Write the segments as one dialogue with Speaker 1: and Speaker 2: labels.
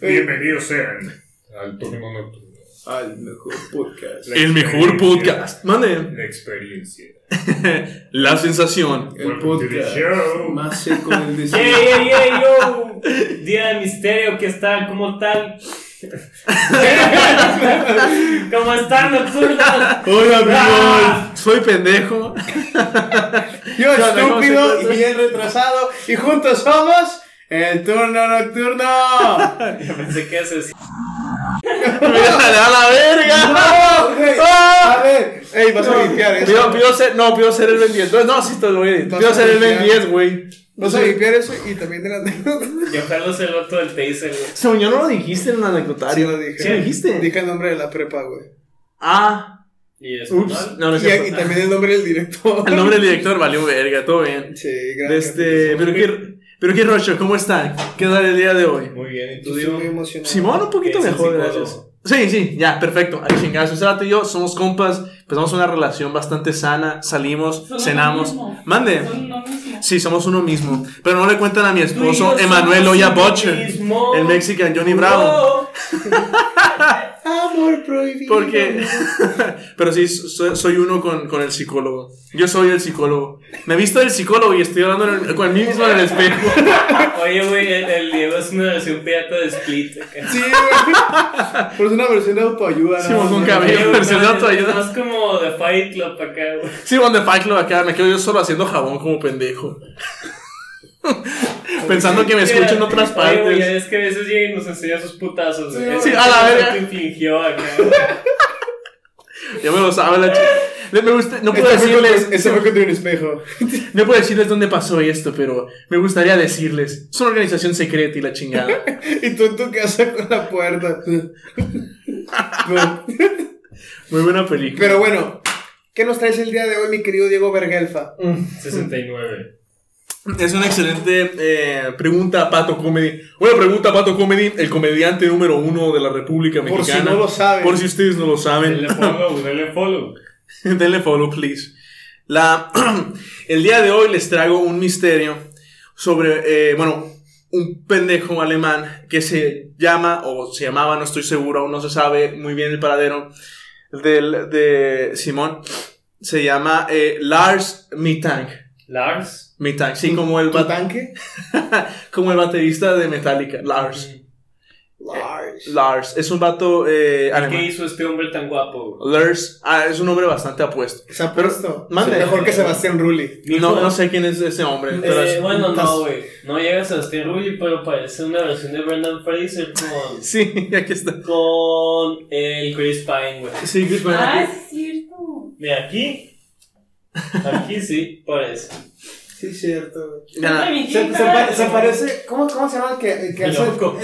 Speaker 1: Bienvenidos sean al turno nocturno.
Speaker 2: Al mejor podcast.
Speaker 1: La
Speaker 3: El mejor
Speaker 1: experiencia.
Speaker 3: podcast. Mande.
Speaker 1: La experiencia.
Speaker 3: La sensación.
Speaker 2: El
Speaker 1: Welcome to the
Speaker 2: podcast
Speaker 1: show.
Speaker 2: más seco del
Speaker 4: ¡Ey,
Speaker 2: desierto.
Speaker 4: ey, ey, yo! Día del misterio, ¿qué tal? ¿Cómo tal? ¿Cómo están, nocturnos?
Speaker 3: Hola
Speaker 4: Ah.
Speaker 3: amigos. Soy pendejo.
Speaker 2: Yo
Speaker 3: Ya, no, no,
Speaker 2: estúpido
Speaker 3: entonces-
Speaker 2: y bien retrasado y juntos somos el turno nocturno.
Speaker 4: Pensé que eso es.
Speaker 3: Me voy a dar la verga.
Speaker 2: No, güey.
Speaker 3: Ah.
Speaker 2: A ver, ey, vas a limpiar
Speaker 3: Pido,
Speaker 2: eso.
Speaker 3: pido ser, no, pido ser el Ben 10. No, No, sí, te lo voy a decir.
Speaker 2: Vas
Speaker 3: Pido
Speaker 2: a
Speaker 3: ser el Ben
Speaker 2: limpiar.
Speaker 3: 10, güey.
Speaker 2: Vas a limpiar eso y también de la.
Speaker 4: Yo jalo el otro del taser, güey.
Speaker 3: Según yo no lo dijiste en un anecdotario.
Speaker 2: Sí lo dije.
Speaker 3: ¿Sí lo dijiste?
Speaker 2: Dije el nombre de la prepa, güey.
Speaker 3: ah.
Speaker 4: Y es
Speaker 3: Ups. No, no es
Speaker 2: Y,
Speaker 3: cierto.
Speaker 2: y también el nombre del director.
Speaker 3: El nombre del director valió verga. Todo bien.
Speaker 2: Sí,
Speaker 3: De
Speaker 2: gracias.
Speaker 3: Este, pero qué, pero qué rocho, ¿cómo están? ¿Qué tal el día de hoy?
Speaker 4: Muy bien, ¿y
Speaker 2: Yo
Speaker 4: tú,
Speaker 2: estoy
Speaker 4: Diego?
Speaker 2: muy emocionado.
Speaker 3: Simón, un poquito
Speaker 4: Es el
Speaker 3: mejor,
Speaker 4: psicólogo.
Speaker 3: gracias. Sí, sí, ya, perfecto. Al chingazo. Ese vato y yo somos compas, empezamos una relación bastante sana, salimos,
Speaker 5: Son
Speaker 3: cenamos.
Speaker 5: lo mismo.
Speaker 3: Mande.
Speaker 5: Son lo mismo.
Speaker 3: Sí, somos uno mismo. Pero no le cuentan a mi
Speaker 4: Tú y yo
Speaker 3: esposo,
Speaker 4: somos
Speaker 3: Emanuel
Speaker 4: lo
Speaker 3: Oya Butcher,
Speaker 4: mismo.
Speaker 3: el mexican Johnny Bravo.
Speaker 4: Oh.
Speaker 2: Amor prohibido.
Speaker 3: Porque. Pero sí, soy, soy uno con, con el psicólogo. Yo soy el psicólogo. Me he visto del psicólogo y estoy hablando en el- con mí mismo en el espejo.
Speaker 4: Oye, güey, el, el Diego es una versión pirata de Split. acá.
Speaker 2: Sí, güey. Pero es una versión de autoayuda.
Speaker 3: Sí,
Speaker 2: nada más,
Speaker 3: con
Speaker 2: ¿no?
Speaker 3: cabello.
Speaker 4: Oye, güey,
Speaker 3: versión de
Speaker 4: no,
Speaker 3: autoayuda.
Speaker 4: Es más como de Fight Club acá, güey.
Speaker 3: Sí, donde Fight Club acá, me quedo yo solo haciendo jabón como pendejo. Pensando que me escuchan en otras
Speaker 4: Oye, güey, ya
Speaker 3: partes.
Speaker 4: es que a veces llega y nos enseña sus putazos. güey.
Speaker 2: Sí,
Speaker 4: Es
Speaker 3: sí,
Speaker 4: que
Speaker 3: a la
Speaker 4: se
Speaker 3: verga.
Speaker 4: te infligió acá. güey.
Speaker 3: Ya me lo sabe la chica. Le- me gusta- no puedo
Speaker 2: Esta fue contra-
Speaker 3: decirles.
Speaker 2: esta Pues, fue contra un espejo.
Speaker 3: No puedo decirles dónde pasó esto, pero me gustaría decirles. Es una organización secreta y la chingada.
Speaker 2: Y tú en tu casa con la puerta. No.
Speaker 3: Muy buena película.
Speaker 2: Pero bueno, ¿qué nos traes el día de hoy, mi querido Diego Bergelfa?
Speaker 4: 69.
Speaker 3: Es una excelente eh, pregunta, Pato Comedy. Buena pregunta, Pato Comedy, el comediante número uno de la República
Speaker 2: Por si
Speaker 3: Mexicana.
Speaker 2: no lo saben.
Speaker 3: Por si ustedes no lo saben.
Speaker 4: Denle follow, denle follow.
Speaker 3: Denle follow, please. La, el día de hoy les traigo un misterio sobre, eh, bueno, un pendejo alemán que se llama, o se llamaba, no estoy seguro, aún no se sabe muy bien el paradero, del, de Simón. Se llama eh, Lars Mittank.
Speaker 4: Lars.
Speaker 3: Mittank, sí, como el,
Speaker 2: ¿Tu
Speaker 3: bat-
Speaker 2: tanque?
Speaker 3: como el baterista de Metallica, Lars.
Speaker 2: Large.
Speaker 3: Lars, es un vato eh,
Speaker 4: ¿Qué
Speaker 3: alemán.
Speaker 4: hizo este hombre tan guapo? güey?
Speaker 3: Lars, ah, es un hombre bastante apuesto.
Speaker 2: Se ha puesto.
Speaker 3: Mande.
Speaker 2: Mejor que Sebastián Rulli.
Speaker 3: No, no sé quién es ese hombre, pero
Speaker 4: Eh,
Speaker 3: es-
Speaker 4: bueno,
Speaker 2: tas-
Speaker 4: no, güey. No llegas a Steve Rulli, pero parece una versión de Brendan Fraser con,
Speaker 3: Sí, aquí está.
Speaker 4: con el Chris Pine, güey.
Speaker 3: Sí, Chris Pine.
Speaker 5: Ah, es cierto.
Speaker 4: De aquí. Aquí sí, parece.
Speaker 2: Sí, cierto.
Speaker 3: Ya,
Speaker 2: ¿Cómo, cómo se llama el que, el
Speaker 4: El loco.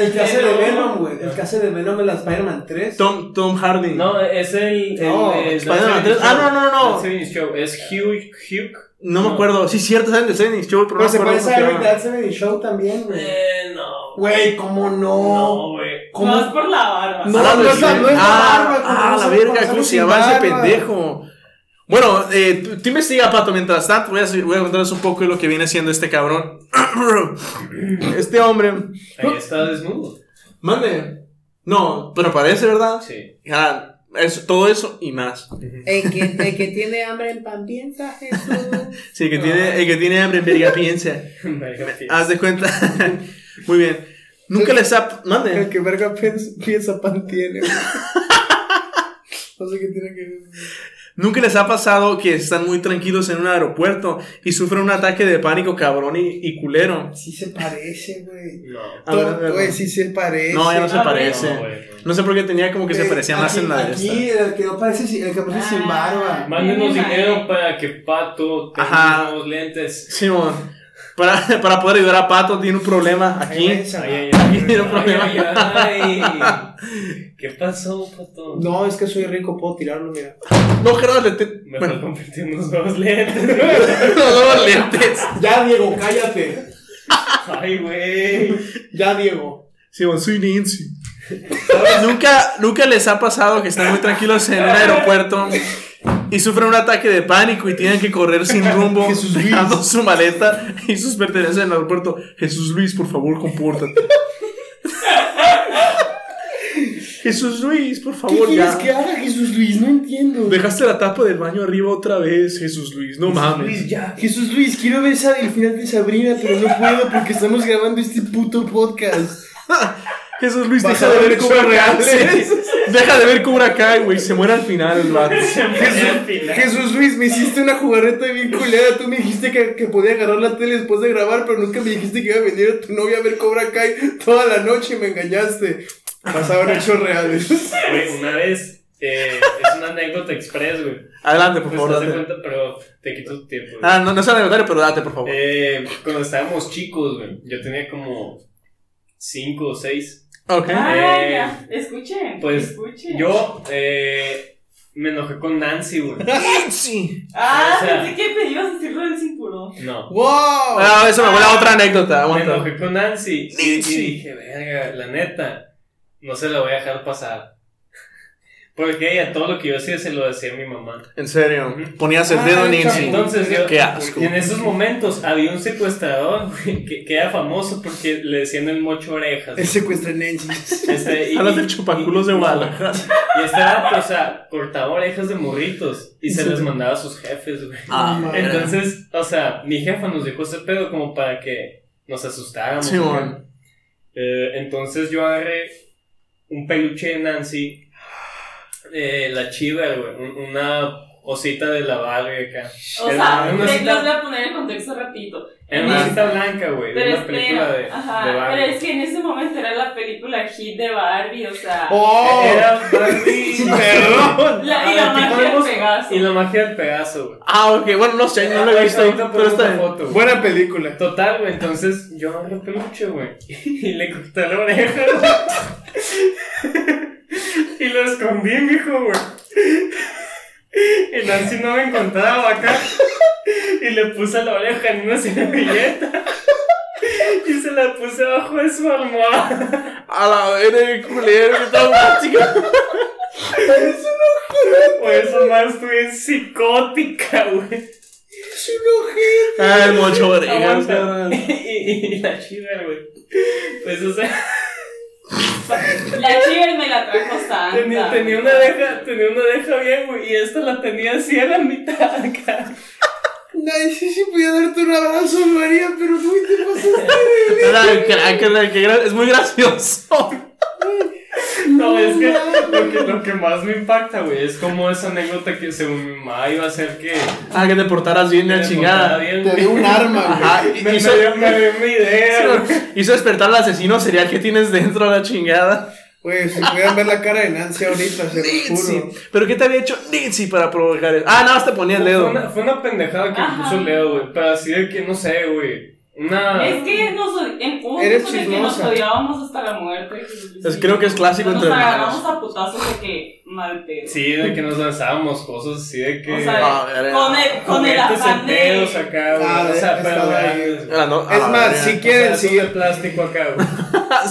Speaker 2: hace de Venom en la Spider-Man 3.
Speaker 3: Tom, Tom Hardy.
Speaker 4: No, es el. el-
Speaker 2: No,
Speaker 4: el-
Speaker 3: Spider-Man
Speaker 4: That 70's
Speaker 3: tres. Ah, no, no, no.
Speaker 4: That 70's Show. Es Hugh. Hugh.
Speaker 3: No me
Speaker 4: no.
Speaker 3: acuerdo. Sí, cierto, saben de Zenith, yo, pero no me acuerdo. cómo se llama.
Speaker 2: Seventy Show también,
Speaker 4: Eh, no.
Speaker 2: Güey, ¿cómo
Speaker 4: No, güey.
Speaker 2: ¿Cómo?
Speaker 5: Más por la barba.
Speaker 2: No,
Speaker 3: Ah,
Speaker 2: no es la- no es la
Speaker 3: ah,
Speaker 2: barba, ¿cómo
Speaker 3: Ah,
Speaker 2: no
Speaker 3: la
Speaker 2: sabe cómo
Speaker 3: verga, ¿cómo
Speaker 2: sale
Speaker 3: se
Speaker 2: sin
Speaker 3: llama ese
Speaker 2: barba?
Speaker 3: pendejo? Bueno, eh, tú, tú investiga, Pato. Mientras tanto, voy a, voy a contarles un poco de lo que viene siendo este cabrón. Este hombre.
Speaker 4: Ahí está desnudo.
Speaker 3: Mande. No, pero parece, ¿verdad?
Speaker 4: Sí.
Speaker 3: Ah, eso- todo eso y más.
Speaker 2: El que, el que tiene hambre en pan piensa Jesús.
Speaker 3: Sí, el que tiene, el que tiene hambre, verga, piensa.
Speaker 4: Verga, tío.
Speaker 3: Haz de cuenta. Muy bien. Nunca les ha.
Speaker 2: el
Speaker 3: Mande.
Speaker 2: que verga piensa, piensa pan tiene. güey. No sé qué tiene que ver.
Speaker 3: Nunca les ha pasado que están muy tranquilos en un aeropuerto y sufren un ataque de pánico cabrón y, y culero.
Speaker 2: Sí se parece, güey.
Speaker 4: No.
Speaker 3: A ver, a ver.
Speaker 2: Todo- Güey, sí se parece.
Speaker 3: No, ya no se
Speaker 5: Ah,
Speaker 3: parece.
Speaker 4: no, güey, no.
Speaker 3: No sé por qué tenía como que se
Speaker 2: Eh,
Speaker 3: parecía más
Speaker 2: aquí-
Speaker 3: en la de
Speaker 2: Aquí, el que no parece, sin- el que parece sin barba.
Speaker 4: Mándenos dinero para que Pato
Speaker 3: Ajá.
Speaker 4: tenga nuevos lentes.
Speaker 3: esta. Sí, mon. Para, para poder ayudar a Pato, tiene un problema aquí.
Speaker 2: Ahí va,
Speaker 4: Ay,
Speaker 3: Ay,
Speaker 4: ay, ay.
Speaker 3: tiene un problema.
Speaker 4: Ay, ay, ay. ¿Qué pasó, Pato?
Speaker 2: No, es que soy rico, puedo tirarlo, mira.
Speaker 3: No, Gerardo, le te-
Speaker 4: Mejor
Speaker 3: Bueno,
Speaker 4: compartimos nuevos lentes.
Speaker 3: no, no, lentes.
Speaker 2: Ya, Diego, cállate.
Speaker 4: Ay, güey.
Speaker 2: Ya, Diego.
Speaker 3: Sí, mon, soy Nancy. ¿Nunca, nunca les ha pasado que están muy tranquilos en un aeropuerto y sufren un ataque de pánico y tienen que correr sin rumbo,
Speaker 2: Jesús Luis.
Speaker 3: dejando su maleta y sus pertenencias en el aeropuerto. Jesús Luis, por favor, compórtate. Jesús Luis, por
Speaker 2: ¿Qué
Speaker 3: favor,
Speaker 2: quieres
Speaker 3: ya.
Speaker 2: que haga Jesús Luis? No entiendo.
Speaker 3: Dejaste la tapa del baño arriba otra vez, Jesús Luis, no mames.
Speaker 2: Luis, ya. Jesús Luis, quiero ver esa- el final de Sabrina, pero no puedo porque estamos grabando este puto podcast.
Speaker 3: Jesús Luis, deja
Speaker 2: Basado
Speaker 3: de
Speaker 2: en
Speaker 3: ver
Speaker 2: hechos
Speaker 3: Cobra Kai.
Speaker 2: reales.
Speaker 3: sí. Deja de ver Cobra Kai, güey. Se muere al final el vato.
Speaker 4: Se muere al
Speaker 2: Jesús,
Speaker 4: final.
Speaker 2: Jesús Luis, me hiciste una jugarreta bien culera. Tú me dijiste que, que podía agarrar la tele después de grabar, pero nunca me dijiste que iba a venir a tu novia a ver Cobra Kai toda la noche y me engañaste. Pasaron hechos reales.
Speaker 4: Güey, una vez, eh, es una anécdota express, güey.
Speaker 3: Adelante, por
Speaker 4: Pues
Speaker 3: favor,
Speaker 4: te das
Speaker 3: date.
Speaker 4: cuenta, pero te quito tu tiempo. güey.
Speaker 3: Ah, no, no es anecdotario, pero date, por favor.
Speaker 4: Eh, cuando estábamos chicos, güey, yo tenía como 5 o 6.
Speaker 3: Ok.
Speaker 5: Ah,
Speaker 4: Eh,
Speaker 5: ya. Escuchen.
Speaker 4: pues,
Speaker 5: escuchen.
Speaker 4: Yo eh, me enojé con Nancy, güey.
Speaker 3: Sí.
Speaker 5: Ah,
Speaker 4: o sea-
Speaker 5: pensé que te ibas a decirlo del cinturón.
Speaker 4: No.
Speaker 2: ¡Wow!
Speaker 3: Ah, eso me huele a otra anécdota.
Speaker 4: Me
Speaker 3: Aguanta.
Speaker 4: enojé con Nancy y, y
Speaker 3: Nancy.
Speaker 4: dije, verga, la neta, no se la voy a dejar pasar. Porque ella todo lo que yo hacía se lo decía a mi mamá.
Speaker 3: En serio.
Speaker 4: Ujú.
Speaker 3: Ponías el
Speaker 2: Ah,
Speaker 3: dedo en
Speaker 2: el
Speaker 3: Nancy.
Speaker 2: chapulín.
Speaker 4: Entonces yo,
Speaker 3: Qué asco.
Speaker 4: en esos momentos había un secuestrador güey, que, que era famoso porque le decían el mocho orejas.
Speaker 2: El secuestro en Nancy.
Speaker 4: Este, y-
Speaker 3: Hablas del
Speaker 4: y-
Speaker 3: chupaculos de
Speaker 4: y-
Speaker 3: Guadalajara.
Speaker 4: Y este vato, o sea, cortaba orejas de morritos y se las mandaba a sus jefes, güey.
Speaker 3: Ah,
Speaker 4: Entonces, o sea, mi jefa nos dejó ese pedo como para que nos asustáramos.
Speaker 3: Simón.
Speaker 4: güey. Eh, entonces yo agarré un peluche de Nancy, eh, la chiva, güey, un- una osita de la Barbie acá.
Speaker 5: O
Speaker 4: Era
Speaker 5: sea,
Speaker 4: una
Speaker 5: te-
Speaker 4: cita-
Speaker 5: los voy a poner en contexto rapidito. este,
Speaker 4: Era una osita blanca, güey, de
Speaker 5: Pero
Speaker 4: una película
Speaker 5: espera,
Speaker 4: de,
Speaker 5: ajá,
Speaker 4: de
Speaker 5: pero
Speaker 4: Barbie.
Speaker 5: es que en ese momento era la película hit de Barbie, o sea,
Speaker 2: ¡Oh!
Speaker 4: Era Barbie
Speaker 2: Perdón.
Speaker 5: la, y
Speaker 4: a
Speaker 5: la
Speaker 4: ver, ¿qué
Speaker 5: magia
Speaker 4: podemos-
Speaker 5: de Pegaso.
Speaker 4: y la magia del Pegaso, güey.
Speaker 3: Ah, ok. Bueno, no sé, no lo he
Speaker 4: Ahorita-
Speaker 3: visto.
Speaker 4: ahorita
Speaker 3: Pero
Speaker 4: ponemos
Speaker 3: está
Speaker 4: la
Speaker 3: bien.
Speaker 4: foto, güey.
Speaker 2: Buena película.
Speaker 4: Pues, Total, güey, entonces yo agarré el peluche, güey, y le corté la oreja, güey. y lo escondí, mijo, güey. Y Nancy no me encontraba acá, y le puse la oreja en una servilleta, y se la puse abajo de su almohada.
Speaker 3: A la verga, qué culero, qué traumático.
Speaker 4: Por eso más estuve en psicótica, güey.
Speaker 2: ¡Es un ojete.
Speaker 3: Ay, mucho orejas,
Speaker 4: Aguanta.
Speaker 3: carnal.
Speaker 4: Y, y- y la chida, güey. Pues, o sea...
Speaker 5: La Chiver me la trajo Santa.
Speaker 4: Tenía, tenía una deja, tenía una deja bien, güey, y esta la tenía así a la mitad acá.
Speaker 2: Nancy, si podía darte un abrazo, María, pero tú te pasaste.
Speaker 3: Ay, crack, carnal, qué gra- Es muy gracioso.
Speaker 4: No, es que lo que, lo que más me impacta, güey, es como esa anécdota que según mi mamá iba a hacer que...
Speaker 3: Ah, que te portaras bien, la
Speaker 4: que me
Speaker 3: chingada.
Speaker 4: portara bien,
Speaker 2: Te
Speaker 4: güey.
Speaker 2: dio un arma, güey.
Speaker 3: Ajá,
Speaker 4: Me,
Speaker 3: y-
Speaker 4: me
Speaker 3: hizo,
Speaker 4: dio, me dio mi idea, güey.
Speaker 3: hizo despertar al asesino serial que tienes dentro, la chingada.
Speaker 2: Güey, si pudieran ver la cara de Nancy ahorita, se lo
Speaker 3: Nancy.
Speaker 2: juro.
Speaker 3: ¿Pero qué te había hecho Nancy para provocar eso? Ah, nada más te ponía el
Speaker 4: Fue
Speaker 3: dedo.
Speaker 4: una, fue una pendejada que me
Speaker 5: Ajá.
Speaker 4: puso el dedo, güey, pero así de que, no sé, güey, una...
Speaker 5: Es que nos, en hubo un
Speaker 2: Eres
Speaker 5: punto en el que nos
Speaker 2: chismosa.
Speaker 5: odiábamos hasta la muerte.
Speaker 3: Es- creo que es clásico
Speaker 5: nos
Speaker 3: entre
Speaker 5: agarramos a putazos de que mal pedo.
Speaker 4: Sí, de que nos lanzábamos cosas así de que...
Speaker 5: O sea,
Speaker 3: Ah, verga.
Speaker 5: con el, con el
Speaker 4: juguetes
Speaker 5: afán
Speaker 4: en dedos
Speaker 5: de.
Speaker 4: acá, güey,
Speaker 2: Ah,
Speaker 4: o sea,
Speaker 2: de-
Speaker 4: pero
Speaker 2: estaba ahí.
Speaker 4: grandes, güey.
Speaker 3: Ah, no, a
Speaker 2: Es
Speaker 3: la
Speaker 2: más,
Speaker 3: verga. Ah,
Speaker 2: si
Speaker 4: O sea,
Speaker 2: quieren,
Speaker 4: esos de
Speaker 2: sigue-
Speaker 4: plástico acá, güey.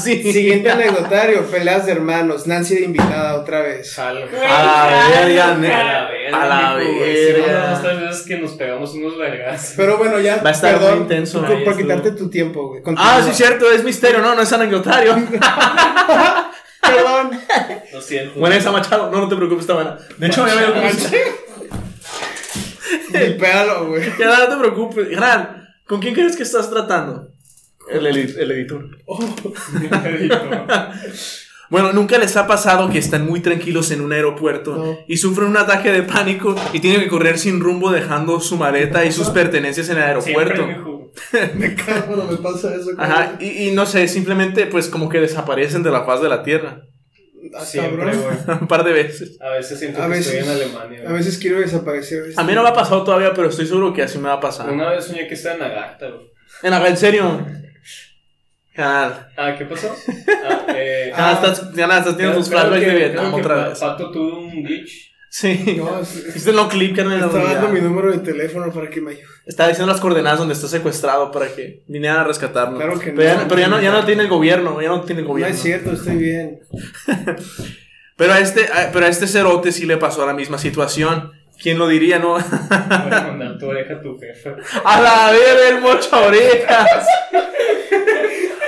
Speaker 3: sí.
Speaker 2: siguiente anecdotario: peleas de hermanos. Nancy de invitada otra vez.
Speaker 4: Jalo.
Speaker 5: Güey,
Speaker 3: A la verga,
Speaker 5: claro,
Speaker 3: ne-
Speaker 5: claro.
Speaker 3: A la
Speaker 4: mijo, güey. Sí,
Speaker 3: verga.
Speaker 4: una de estas veces que nos pegamos unos vergas.
Speaker 2: Pero bueno, ya.
Speaker 3: Va a estar
Speaker 2: perdón,
Speaker 3: muy intenso.
Speaker 2: por- Por
Speaker 4: Eso.
Speaker 2: quitarte tu tiempo, güey.
Speaker 3: Ah,
Speaker 2: Continúa.
Speaker 3: sí, cierto, es misterio, no, no es anecdotario.
Speaker 2: Perdón.
Speaker 4: Lo siento.
Speaker 3: Buena esa, Machado. No, no te preocupes, está buena. De hecho, ya me dio gusto.
Speaker 2: Pípéalo, güey.
Speaker 3: Ya, no te preocupes. Gran, ¿con quién crees que estás tratando? El, edi- el editor. Bueno, nunca les ha pasado que están muy tranquilos en un aeropuerto
Speaker 2: No.
Speaker 3: y sufren un ataque de pánico y tienen que correr sin rumbo dejando su maleta y sus pertenencias en el aeropuerto.
Speaker 4: Siempre, mijo.
Speaker 2: Me cago cuando me pasa eso. güey.
Speaker 3: Ajá, y, y no sé, simplemente pues como que desaparecen de la faz de la tierra
Speaker 2: Ah,
Speaker 4: Siempre,
Speaker 2: cabrón.
Speaker 4: güey.
Speaker 3: un par de veces.
Speaker 4: A veces siento
Speaker 2: A
Speaker 4: que
Speaker 2: veces-
Speaker 4: estoy en Alemania.
Speaker 2: A veces quiero desaparecer. ¿viste?
Speaker 3: A mí no me ha pasado todavía, pero estoy seguro que así me va a pasar.
Speaker 4: güey. Una vez soñé que estaba en Agartha, güey.
Speaker 3: En, en serio. Canal,
Speaker 4: Ah, ¿qué pasó? Ah, eh,
Speaker 3: canal, estás, canal, estás teniendo
Speaker 4: creo-
Speaker 3: tus
Speaker 4: creo
Speaker 3: flashbacks
Speaker 4: que-
Speaker 3: de Vietnam
Speaker 4: creo que
Speaker 3: otra
Speaker 4: Pa-
Speaker 3: vez.
Speaker 4: Pato tuvo un glitch.
Speaker 3: Sí.
Speaker 2: No, es- es-
Speaker 3: Hiciste lo clip, carnal. en la
Speaker 2: estaba dando
Speaker 3: unidad.
Speaker 2: mi número de teléfono para que me ayude.
Speaker 3: Estaba diciendo las coordenadas donde está secuestrado para que vinieran a rescatarnos.
Speaker 2: Claro que
Speaker 3: pero Ya,
Speaker 2: no.
Speaker 3: pero ya no, ya no tiene el gobierno, ya no tiene el
Speaker 2: No
Speaker 3: gobierno.
Speaker 2: es cierto, estoy bien.
Speaker 3: pero a este, a- pero a este cerote sí le pasó la misma situación. ¿Quién lo diría, no?
Speaker 4: Voy a mandar tu oreja a tu jefe.
Speaker 3: a la verga, el mocha orejas.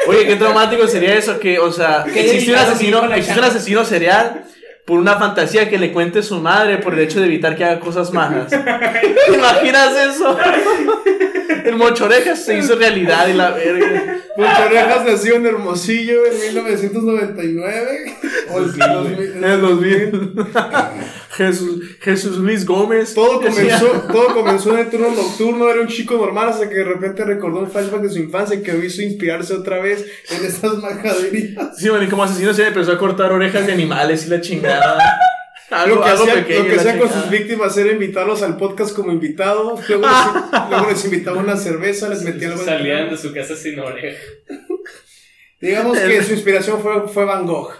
Speaker 3: Oye, qué traumático sería eso, que, o sea,
Speaker 4: Que
Speaker 3: existe un
Speaker 4: evitado mi hijo
Speaker 3: asesino,
Speaker 4: la
Speaker 3: existe un
Speaker 4: cara.
Speaker 3: asesino serial por una fantasía que le cuente su madre por el hecho de evitar que haga cosas malas. ¿Te imaginas eso? El mochorejas se hizo realidad y la verga.
Speaker 2: Monchorejas nació en Hermosillo en 1999. O el 2000.
Speaker 3: En el 2000. Jesús, Jesús Luis Gómez.
Speaker 2: Todo
Speaker 3: decía-
Speaker 2: comenzó, todo comenzó en el turno nocturno, era un chico normal hasta que de repente recordó un flashback de su infancia que lo hizo inspirarse otra vez en estas majaderías.
Speaker 3: Sí, bueno, y como asesino se empezó a cortar orejas de animales y la chingada. Algo,
Speaker 2: lo que
Speaker 3: algo
Speaker 2: hacía,
Speaker 3: pequeño.
Speaker 2: lo
Speaker 3: y
Speaker 2: que
Speaker 3: la
Speaker 2: hacía con
Speaker 3: chingada.
Speaker 2: sus víctimas era invitarlos al podcast como invitados, luego les, luego les invitaba una cerveza, les metía algo. en-
Speaker 4: Salían de su casa sin oreja.
Speaker 2: Digamos que su inspiración fue, fue Van Gogh.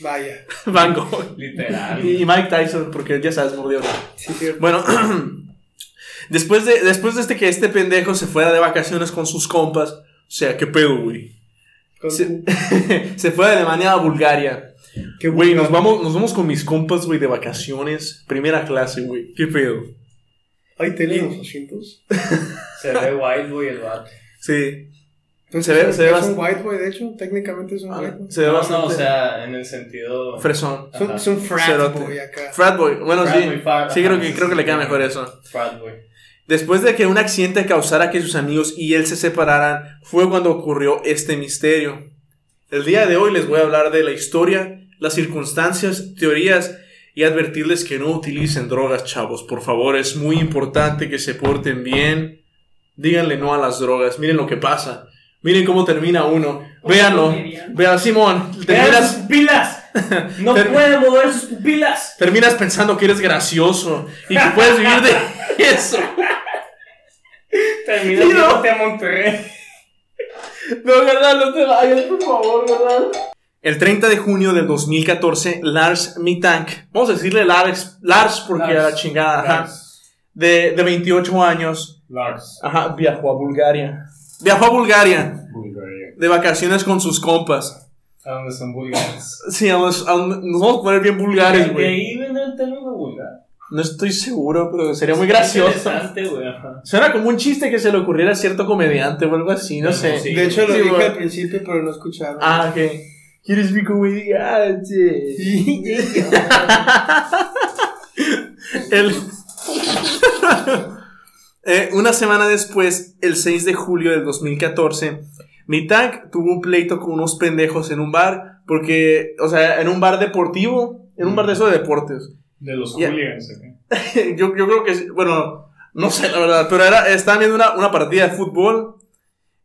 Speaker 2: Vaya.
Speaker 3: Van Gogh.
Speaker 4: Literal.
Speaker 3: Y Mike Tyson, porque ya sabes, mordió.
Speaker 2: Sí, cierto.
Speaker 3: Bueno, después de, después de este que este pendejo se fuera de vacaciones con sus compas, o sea, qué pedo, güey.
Speaker 2: Con-
Speaker 3: Se, se fue de Alemania a Bulgaria.
Speaker 2: qué
Speaker 3: Güey,
Speaker 2: bueno.
Speaker 3: nos vamos, nos vamos con mis compas, güey, de vacaciones. Primera clase, güey. Qué pedo.
Speaker 2: Ahí tenemos los asientos.
Speaker 4: Se ve wild boy el vato.
Speaker 3: Sí.
Speaker 2: Pues
Speaker 3: Se ve-
Speaker 2: es,
Speaker 3: se ve
Speaker 2: es
Speaker 3: bastante-
Speaker 2: un white boy, de hecho, técnicamente es un
Speaker 3: Ah,
Speaker 2: white boy.
Speaker 3: Se ve
Speaker 4: No,
Speaker 3: bastante.
Speaker 4: no, o sea, en el sentido.
Speaker 3: fresón.
Speaker 2: Es un,
Speaker 4: Ajá.
Speaker 2: es un frat
Speaker 3: Cerote.
Speaker 2: boy acá.
Speaker 3: Frat boy. Bueno,
Speaker 4: Frat
Speaker 3: sí.
Speaker 4: boy, frat,
Speaker 3: sí,
Speaker 4: ajá,
Speaker 3: creo que,
Speaker 4: sí,
Speaker 3: creo que
Speaker 4: sí,
Speaker 3: le queda
Speaker 4: sí.
Speaker 3: mejor eso.
Speaker 4: Frat boy.
Speaker 3: Después de que un accidente causara que sus amigos y él se separaran, fue cuando ocurrió este misterio. El día de hoy les voy a hablar de la historia, las circunstancias, teorías y advertirles que no utilicen drogas, chavos. Por favor, es muy importante que se porten bien. Díganle no a las drogas. Miren lo que pasa. Miren cómo termina uno. Véanlo. Vean, Simón.
Speaker 4: ¡Vean
Speaker 3: Terminas,
Speaker 4: sus pupilas! ¡No
Speaker 3: Ter-
Speaker 4: puede mover sus pupilas!
Speaker 3: terminas pensando que eres gracioso y que puedes vivir de eso.
Speaker 4: Termina
Speaker 3: Sí, ¿no?
Speaker 4: yéndote a Monterrey.
Speaker 3: No, verdad, no te vayas, por favor, verdad. El 30 de junio del 2014, Lars Mitank, vamos a decirle Lars, Lars porque
Speaker 4: Lars.
Speaker 3: a la chingada, ajá,
Speaker 4: Lars.
Speaker 3: De, de 28 años,
Speaker 1: Lars.
Speaker 3: ajá, viajó a Bulgaria. Viajó a Bulgaria
Speaker 1: Bulgaria.
Speaker 3: de vacaciones con sus compas.
Speaker 4: A donde son vulgares.
Speaker 3: Sí, vamos, a- nos vamos a poner bien vulgares,
Speaker 4: De
Speaker 3: güey.
Speaker 4: ahí viene el término vulgar.
Speaker 3: No estoy seguro, pero sería muy gracioso.
Speaker 4: Interesante, güey. ajá.
Speaker 3: Suena como un chiste que se le ocurriera a cierto comediante o algo así, no sé.
Speaker 4: sí.
Speaker 2: De hecho, lo
Speaker 3: Sí,
Speaker 2: dije
Speaker 3: güey.
Speaker 2: al principio, pero no escucharon.
Speaker 3: Ah, ok. ¿Quieres mi Ah, comediante? El- Eh, una semana después, el 6 de julio del 2014, Mitak tuvo un pleito con unos pendejos en un bar, porque, o sea, en un bar deportivo, en un bar de esos de deportes.
Speaker 1: De los
Speaker 3: Ya.
Speaker 1: hooligans, ¿eh?
Speaker 3: yo, yo creo que, sí, bueno, no sé la verdad, pero era, estaban viendo una, una partida de fútbol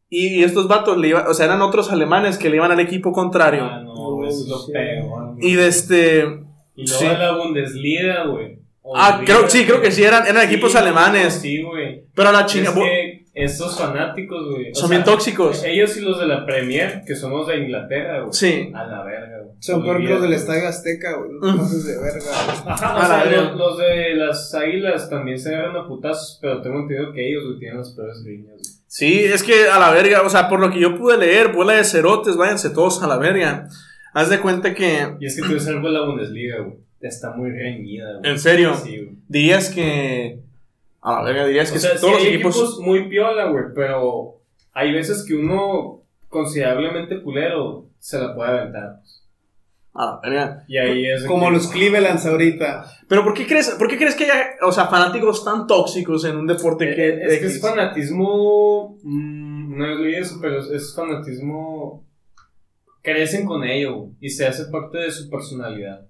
Speaker 3: y estos vatos, le iba- o sea, eran otros alemanes que le iban al equipo contrario.
Speaker 4: Ah, no, güey, es lo
Speaker 2: Sí.
Speaker 4: peor. güey.
Speaker 3: Y de este...
Speaker 4: Y luego
Speaker 3: Sí.
Speaker 4: la Bundesliga, güey.
Speaker 3: Ah, creo, sí, creo que sí, eran, eran
Speaker 4: Sí,
Speaker 3: equipos
Speaker 4: no,
Speaker 3: alemanes.
Speaker 4: Sí, güey.
Speaker 3: Pero a la
Speaker 4: Es
Speaker 3: chinga...
Speaker 4: que esos fanáticos, güey. o
Speaker 3: Son
Speaker 4: sea, eh,
Speaker 3: bien tóxicos.
Speaker 4: Ellos y los de la Premier, que somos de Inglaterra, güey.
Speaker 3: Sí.
Speaker 4: A la verga, güey.
Speaker 2: Son peor que los del
Speaker 4: Olvídate.
Speaker 2: Estadio Azteca, güey. No
Speaker 3: Mm.
Speaker 2: pases de verga. güey.
Speaker 4: Ajá, o
Speaker 3: A la
Speaker 4: sea,
Speaker 3: verga.
Speaker 4: los, los de las águilas también se agarran a putazos, pero tengo entendido que ellos, güey, tienen las peores líneas.
Speaker 3: Sí, es que a la verga, o sea, por lo que yo pude leer, bola de cerotes, váyanse todos a la verga. Haz de cuenta que,
Speaker 4: Y es que tú ves algo de la Bundesliga, güey. Está muy reñida, güey.
Speaker 3: en serio,
Speaker 4: Sí, güey.
Speaker 3: dirías que. A la verga, dirías
Speaker 4: O
Speaker 3: que
Speaker 4: sea,
Speaker 3: todos
Speaker 4: sí
Speaker 3: los
Speaker 4: hay
Speaker 3: equipos.
Speaker 4: equipos muy piola, güey, pero hay veces que uno considerablemente culero se la puede aventar.
Speaker 3: A la verga.
Speaker 4: Y ahí es. de
Speaker 2: Como
Speaker 4: que-
Speaker 2: los Clevelands ahorita.
Speaker 3: Pero ¿por qué crees, por qué crees que haya, o sea, fanáticos tan tóxicos en un deporte que.
Speaker 4: Eh, Es que es
Speaker 3: X?
Speaker 4: fanatismo. mm, No es leí eso, pero es, es fanatismo. Crecen con ello güey, y se hace parte de su personalidad.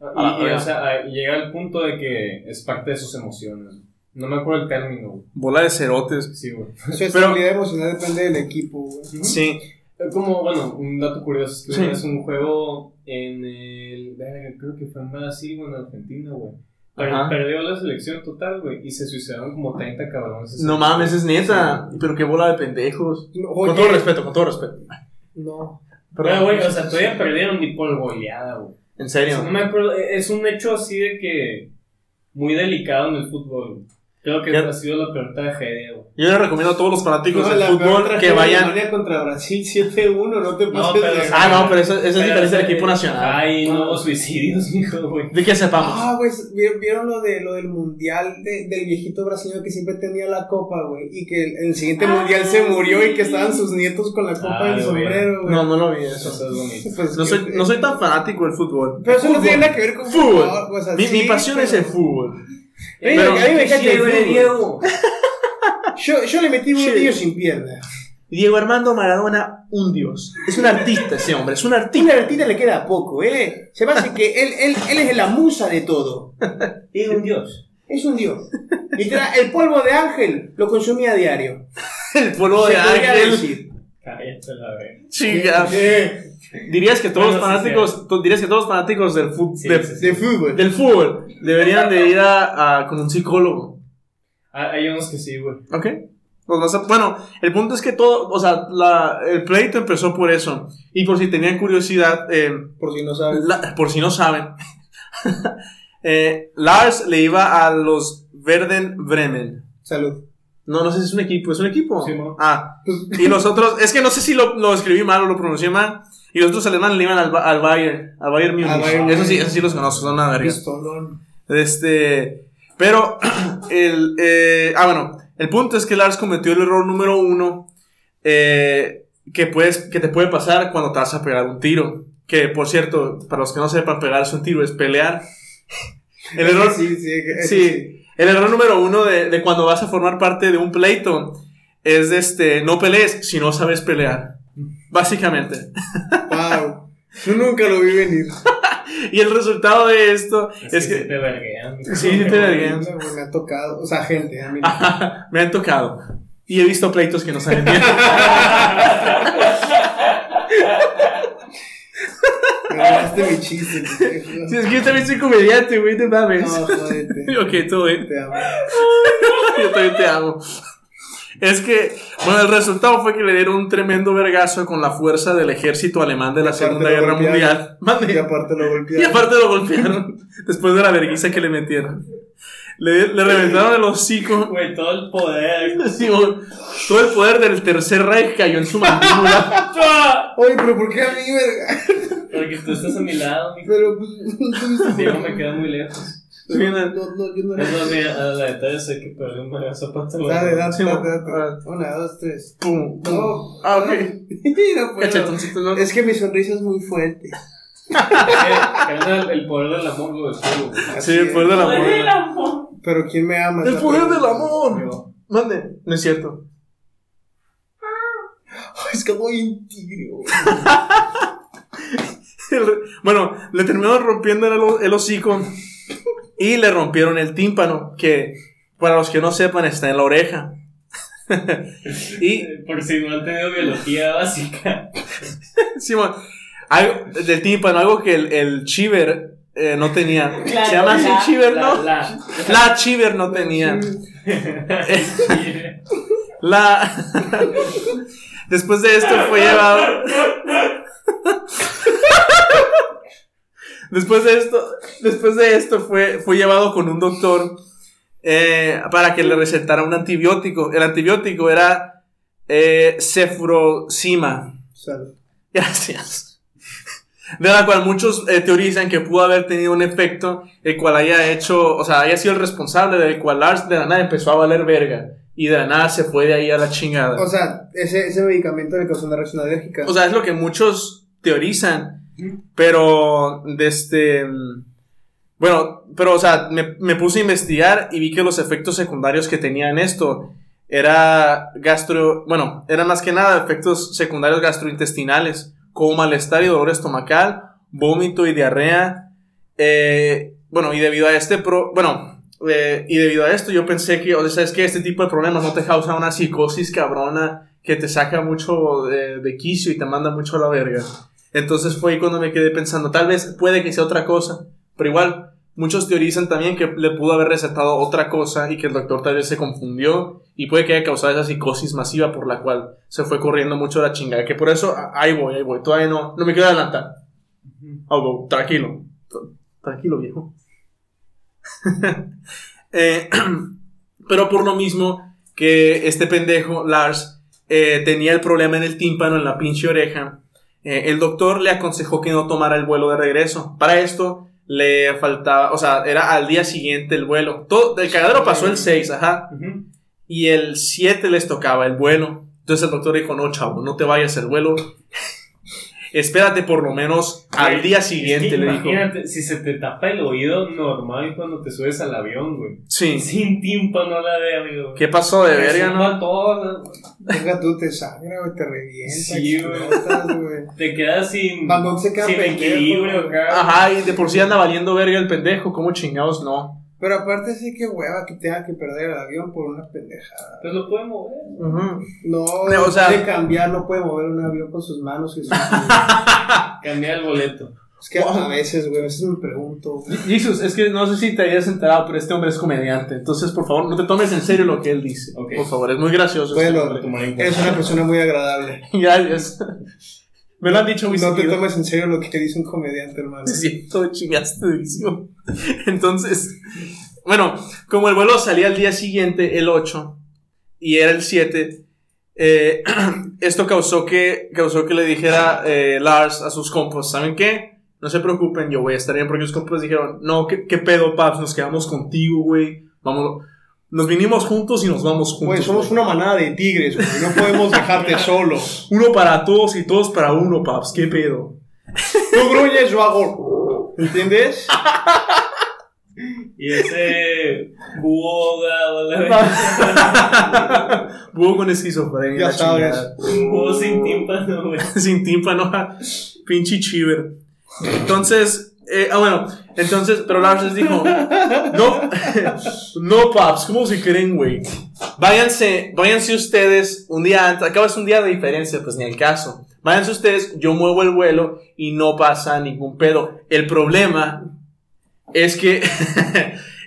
Speaker 3: Ah,
Speaker 4: Y, y,
Speaker 3: ah.
Speaker 4: o sea, a- llega al punto de que es parte de sus emociones. güey. No me acuerdo el término, güey.
Speaker 3: Bola de cerotes.
Speaker 4: Sí, güey.
Speaker 2: Su
Speaker 3: Pero-
Speaker 2: estabilidad emocional depende del equipo, güey.
Speaker 3: Sí.
Speaker 4: Eh, Como, bueno, un dato curioso es que
Speaker 3: Sí.
Speaker 4: una vez un juego en el. verga, Creo que fue en Brasil o en Argentina, güey. Pero
Speaker 3: Ajá.
Speaker 4: perdió la selección total, güey. Y se suicidaron como 30 cabrones.
Speaker 3: No mames, es neta. Pero qué bola de pendejos.
Speaker 2: No,
Speaker 3: Con todo
Speaker 2: Oye,
Speaker 3: respeto, con todo respeto.
Speaker 2: no.
Speaker 4: Pero, güey, o sea, todavía perdieron ni por goleada, güey.
Speaker 3: En
Speaker 4: O sea,
Speaker 3: serio.
Speaker 4: no me acuerdo, es un hecho así de que muy delicado en el fútbol. güey. Creo que
Speaker 3: Ya-
Speaker 4: ha sido la peor tragedia, güey.
Speaker 3: Yo les recomiendo a todos los fanáticos
Speaker 2: No,
Speaker 3: del
Speaker 2: la peor
Speaker 3: fútbol
Speaker 2: tragedia
Speaker 3: que
Speaker 2: de
Speaker 3: vayan.
Speaker 2: Alemania contra Brasil 7-1, no te
Speaker 4: No,
Speaker 2: pases
Speaker 4: pero-
Speaker 2: de-
Speaker 3: Ah, no, pero eso, eso es
Speaker 4: Pero
Speaker 3: diferente del
Speaker 4: ese-
Speaker 3: equipo nacional.
Speaker 4: Hay nuevos suicidios, mijo, güey.
Speaker 3: De que sepamos.
Speaker 2: Ah, güey, ¿vi- ¿vieron lo, de, lo del mundial de- del viejito brasileño que siempre tenía la copa, güey? Y que en el siguiente
Speaker 5: Ah,
Speaker 2: mundial se murió y que
Speaker 5: sí.
Speaker 2: estaban sus nietos con la copa en
Speaker 4: Ah,
Speaker 2: el
Speaker 4: lo vi.
Speaker 2: sombrero, güey.
Speaker 3: No, no lo vi
Speaker 4: Eso
Speaker 3: eso.
Speaker 4: es bonito.
Speaker 2: Pues
Speaker 3: No
Speaker 2: que-
Speaker 3: soy, no soy tan fanático del fútbol.
Speaker 2: Pero eso no
Speaker 3: Fútbol.
Speaker 2: tiene nada que ver con
Speaker 3: Fútbol.
Speaker 2: fútbol, o sea,
Speaker 3: mi, mi
Speaker 2: sí,
Speaker 3: pasión
Speaker 2: pero-
Speaker 3: es el fútbol.
Speaker 2: Ey,
Speaker 3: Pero-
Speaker 2: a mí me encanta el
Speaker 4: Chévere,
Speaker 2: fútbol.
Speaker 4: Diego.
Speaker 2: Yo, yo le metí un
Speaker 3: Sí.
Speaker 2: niño sin pierna.
Speaker 3: Diego Armando Maradona, un dios. Es un artista ese hombre, es un
Speaker 2: Una
Speaker 3: artista.
Speaker 2: artista le queda poco, ¿eh? Se me hace que él, él, él es la musa de todo.
Speaker 4: Diego, un dios.
Speaker 2: Es un dios. Literal, el polvo de ángel lo consumía a diario.
Speaker 3: El polvo
Speaker 2: Se
Speaker 3: de
Speaker 2: podría
Speaker 3: ángel.
Speaker 2: decir.
Speaker 4: Cállate la verga.
Speaker 3: Chinga.
Speaker 2: Eh,
Speaker 3: Dirías que todos los
Speaker 4: Bueno, sí,
Speaker 3: fanáticos, tú- dirías que todos los fanáticos del fútbol,
Speaker 4: Sí, sí, sí.
Speaker 2: de fútbol.
Speaker 3: del fútbol deberían de ir a, a- con un psicólogo.
Speaker 4: Ah, Hay unos que sí, güey.
Speaker 3: ¿Ok? Pues no sé, bueno, el punto es que todo, o sea, la- el pleito empezó por eso. Y por si tenían curiosidad, eh,
Speaker 2: Por si no sabes.
Speaker 3: La- por si no saben, eh, Lars le iba a los Verden Bremen.
Speaker 2: Salud.
Speaker 3: No, no sé si es un equipo, es un equipo.
Speaker 4: Sí, mo.
Speaker 3: ah, y nosotros, es que no sé si lo, lo escribí mal o lo pronuncié mal. Y los otros alemanes le iban al, Ba- al Bayern, al Bayern Múnich.
Speaker 2: Al Bayern
Speaker 3: eso sí,
Speaker 2: Múnich.
Speaker 3: eso sí los conozco, son una verga.
Speaker 2: Pistolón.
Speaker 3: Este, pero, el, eh, ah, bueno, el punto es que Lars cometió el error número uno eh, que, puedes, que te puede pasar cuando te vas a pegar un tiro. Que, por cierto, para los que no sepan, pegarse un tiro es pelear. El error,
Speaker 2: Sí, sí, eso sí.
Speaker 3: sí, el error número uno de, de cuando vas a formar parte de un pleito es, este, no pelees si no sabes pelear. Básicamente.
Speaker 2: Wow. Yo nunca lo vi venir.
Speaker 3: Y el resultado de esto es,
Speaker 4: Es que
Speaker 3: que...
Speaker 4: sí te verguean. mijo.
Speaker 3: Sí, sí te vergué.
Speaker 2: Me ha tocado. O sea, gente, a mí.
Speaker 3: Ajá, me han tocado. Y he visto pleitos que no salen bien.
Speaker 2: Me ganaste mi chiste. pendejo.
Speaker 3: Si es que yo también soy comediante, güey, no mames.
Speaker 2: No, jodete.
Speaker 3: ok, todo bien.
Speaker 2: Te amo.
Speaker 3: Yo también te amo. Es que, bueno, el resultado fue que le dieron un tremendo vergazo con la fuerza del ejército alemán de la
Speaker 2: aparte
Speaker 3: Segunda
Speaker 2: lo
Speaker 3: Guerra
Speaker 2: golpearon.
Speaker 3: Mundial. Mande.
Speaker 2: Y aparte lo
Speaker 3: Y
Speaker 2: golpearon.
Speaker 3: aparte lo golpearon después de la verguiza que le metieron. Le, le reventaron el hocico.
Speaker 4: Güey, todo el poder.
Speaker 3: Simón. Todo el poder del Tercer Reich cayó en su mandíbula.
Speaker 4: ¡Ah!
Speaker 2: Oye, pero ¿por qué a mí, verga?
Speaker 4: Porque tú estás a mi lado, mijo.
Speaker 2: Pero pues. no
Speaker 4: Diego me queda muy lejos.
Speaker 2: No, no, yo no
Speaker 4: Es
Speaker 2: era.
Speaker 4: más, mira, a la de tres hay que perder un magazo para todo.
Speaker 2: Dale, date,
Speaker 3: Sí,
Speaker 2: date,
Speaker 3: ah.
Speaker 2: date. Una, dos, tres.
Speaker 3: Pum.
Speaker 2: No.
Speaker 3: Ah, ok.
Speaker 2: No puedo.
Speaker 3: Cachetoncito, ¿no?
Speaker 2: Es que mi sonrisa es muy fuerte.
Speaker 4: el, el poder del amor, güey. sí, güey.
Speaker 2: Así
Speaker 3: Sí, el
Speaker 2: es.
Speaker 3: poder del amor.
Speaker 5: Poder del amor.
Speaker 2: Pero ¿quién me ama?
Speaker 3: pues, El
Speaker 2: Es la
Speaker 3: poder del
Speaker 2: pregunta.
Speaker 3: amor.
Speaker 4: Yo,
Speaker 3: Mande. No es cierto.
Speaker 2: Es que voy un tigre, güey.
Speaker 3: Bueno, le terminaron rompiendo el, ho- el hocico y le rompieron el tímpano, que para los que no sepan está en la oreja. y
Speaker 4: eh, Por si no han tenido biología básica.
Speaker 3: Simón, algo del tímpano, algo que el, el chiver eh, no tenía.
Speaker 5: Claro,
Speaker 3: Se llama así
Speaker 5: la-
Speaker 3: chiver,
Speaker 4: La,
Speaker 3: ¿no? La,
Speaker 4: la.
Speaker 3: chiver no tenía.
Speaker 4: Sí.
Speaker 3: La. Después de esto fue llevado. después de esto, después de esto fue, fue llevado con un doctor eh, para que le recetara un antibiótico. El antibiótico era eh, cefrosima.
Speaker 2: Salud.
Speaker 3: Gracias. De la cual muchos eh, teorizan que pudo haber tenido un efecto el cual haya hecho, o sea, haya sido el responsable del cual Lars de la nada empezó a valer verga y de la nada se fue de ahí a la chingada.
Speaker 2: O sea, ese, ese medicamento le causó una reacción alérgica.
Speaker 3: O sea, es lo que muchos teorizan. Pero, de este. mm, Bueno, pero, o sea, me, me puse a investigar y vi que los efectos secundarios que tenían esto era gastro. Bueno, eran más que nada efectos secundarios gastrointestinales, como malestar y dolor estomacal, vómito y diarrea. eh, bueno, y debido a este. Pro, bueno. eh, y debido a esto yo pensé que, o sea, es que este tipo de problemas no te causa una psicosis cabrona que te saca mucho de, de quicio y te manda mucho a la verga. Entonces fue ahí cuando me quedé pensando, tal vez puede que sea otra cosa, pero igual muchos teorizan también que le pudo haber recetado otra cosa y que el doctor tal vez se confundió y puede que haya causado esa psicosis masiva por la cual se fue corriendo mucho la chingada, que por eso a- ahí voy, ahí voy, todavía no, no me quiero adelantar. Ah, wow, tranquilo, Tr- tranquilo viejo. Eh, Pero por lo mismo que este pendejo, Lars, eh, tenía el problema en el tímpano, en la pinche oreja, eh, el doctor le aconsejó que no tomara el vuelo de regreso. Para esto le faltaba, o sea, era al día siguiente el vuelo. Todo, el cagadero pasó el 6, ajá.
Speaker 4: Ujú.
Speaker 3: Y el 7 les tocaba el vuelo. Entonces el doctor dijo, no, chavo, no te vayas el vuelo. Espérate por lo menos al
Speaker 4: Güey,
Speaker 3: día
Speaker 4: Es
Speaker 3: siguiente,
Speaker 4: que
Speaker 3: le dijo.
Speaker 4: imagínate, si se te tapa el oído normal cuando te subes al avión, güey.
Speaker 3: Sí.
Speaker 4: Sin tímpano la de amigo.
Speaker 3: ¿Qué pasó de verga, no?
Speaker 4: Todo, ¿no?
Speaker 2: Venga, tú te sangra, güey, te revientas.
Speaker 4: Sí, güey.
Speaker 2: explotas, güey.
Speaker 4: Te quedas sin,
Speaker 2: Van Gogh se queda
Speaker 4: sin
Speaker 2: pendejo,
Speaker 4: equilibrio,
Speaker 2: güey.
Speaker 4: acá.
Speaker 3: Ajá, y de por sí anda valiendo verga el pendejo, ¿cómo chingados no?
Speaker 2: Pero aparte sí que hueva que tenga que perder el avión por una pendejada.
Speaker 4: Pues lo puede mover.
Speaker 2: No,
Speaker 3: No, o sea-
Speaker 2: de cambiar, no puede mover un avión con sus manos y sus
Speaker 4: Cambiar el boleto.
Speaker 2: Es que a veces, güey, a veces me pregunto. güey.
Speaker 3: Jesus, es que no sé si te hayas enterado, pero este hombre es comediante, entonces por favor no te tomes en serio lo que él dice.
Speaker 4: Ok.
Speaker 3: Por favor, es muy gracioso. este
Speaker 2: Bueno,
Speaker 3: hombre.
Speaker 4: Tomar en cuenta.
Speaker 2: Eres una persona muy agradable.
Speaker 3: Gracias. Me lo han dicho muy
Speaker 2: No te
Speaker 3: seguido.
Speaker 2: tomes en serio lo que dice un comediante, hermano.
Speaker 3: Es cierto, chingaste durísimo. Entonces, bueno, como el vuelo salía al día siguiente, el 8, y era el 7, eh, esto causó que, causó que le dijera eh, Lars a sus compas, ¿saben qué? No se preocupen, yo voy a estar bien, porque sus compas dijeron, no, ¿qué, qué pedo, paps? Nos quedamos contigo, güey. Vamos, nos vinimos juntos y nos vamos juntos.
Speaker 2: Güey, somos
Speaker 3: güey.
Speaker 2: una manada de tigres, güey. No podemos dejarte solo.
Speaker 3: Uno para todos y todos para uno, paps, ¿qué pedo?
Speaker 2: Tú grulles, yo hago. ¿Entiendes?
Speaker 4: Y ese búho, la
Speaker 3: Ah. Búho con esquizofrenia.
Speaker 2: Ya
Speaker 3: la
Speaker 2: sabes.
Speaker 3: chingada.
Speaker 4: Un búho sin tímpano, güey.
Speaker 3: sin tímpano, ja, pinche chiver. Entonces, eh, ah, bueno, entonces, pero Lars les dijo, no, no, paps, ¿cómo se creen, güey? Váyanse, váyanse ustedes un día antes, acabas un día de diferencia, pues ni el caso. Váyanse ustedes, yo muevo el vuelo y no pasa ningún pedo. El problema es que,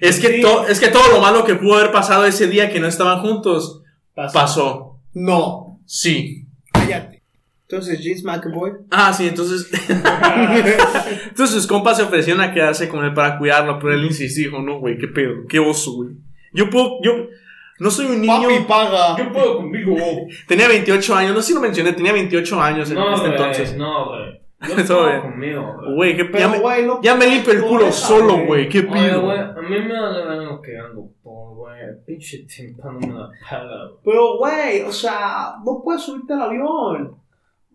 Speaker 3: es que, to- es que todo lo malo que pudo haber pasado ese día que no estaban juntos, pasó.
Speaker 2: No.
Speaker 3: Sí.
Speaker 2: Cállate. Entonces, James McAvoy.
Speaker 3: Ah, sí, entonces. entonces sus compas se ofrecieron a quedarse con él para cuidarlo, pero él insistió, dijo, no, güey, qué pedo, qué oso, güey. Yo puedo, yo no soy un niño.
Speaker 2: Papi paga.
Speaker 4: Yo puedo conmigo.
Speaker 3: Tenía 28 años, no sé si lo mencioné, tenía 28 años en
Speaker 4: No,
Speaker 3: este
Speaker 4: güey.
Speaker 3: entonces.
Speaker 4: No, güey. Yo
Speaker 3: Todo
Speaker 4: puedo
Speaker 3: bien.
Speaker 4: conmigo. güey.
Speaker 3: Güey, qué ya
Speaker 2: Pero,
Speaker 3: me-
Speaker 2: güey, no.
Speaker 3: Ya me limpio el culo
Speaker 2: Pobreza,
Speaker 3: solo,
Speaker 2: güey.
Speaker 3: güey, qué
Speaker 4: Oye,
Speaker 3: pedo.
Speaker 4: güey, a mí me vale ver lo que ando por, güey. El Pinche tímpano me la pela, güey.
Speaker 2: Pero, güey, o sea, no puedes subirte al avión.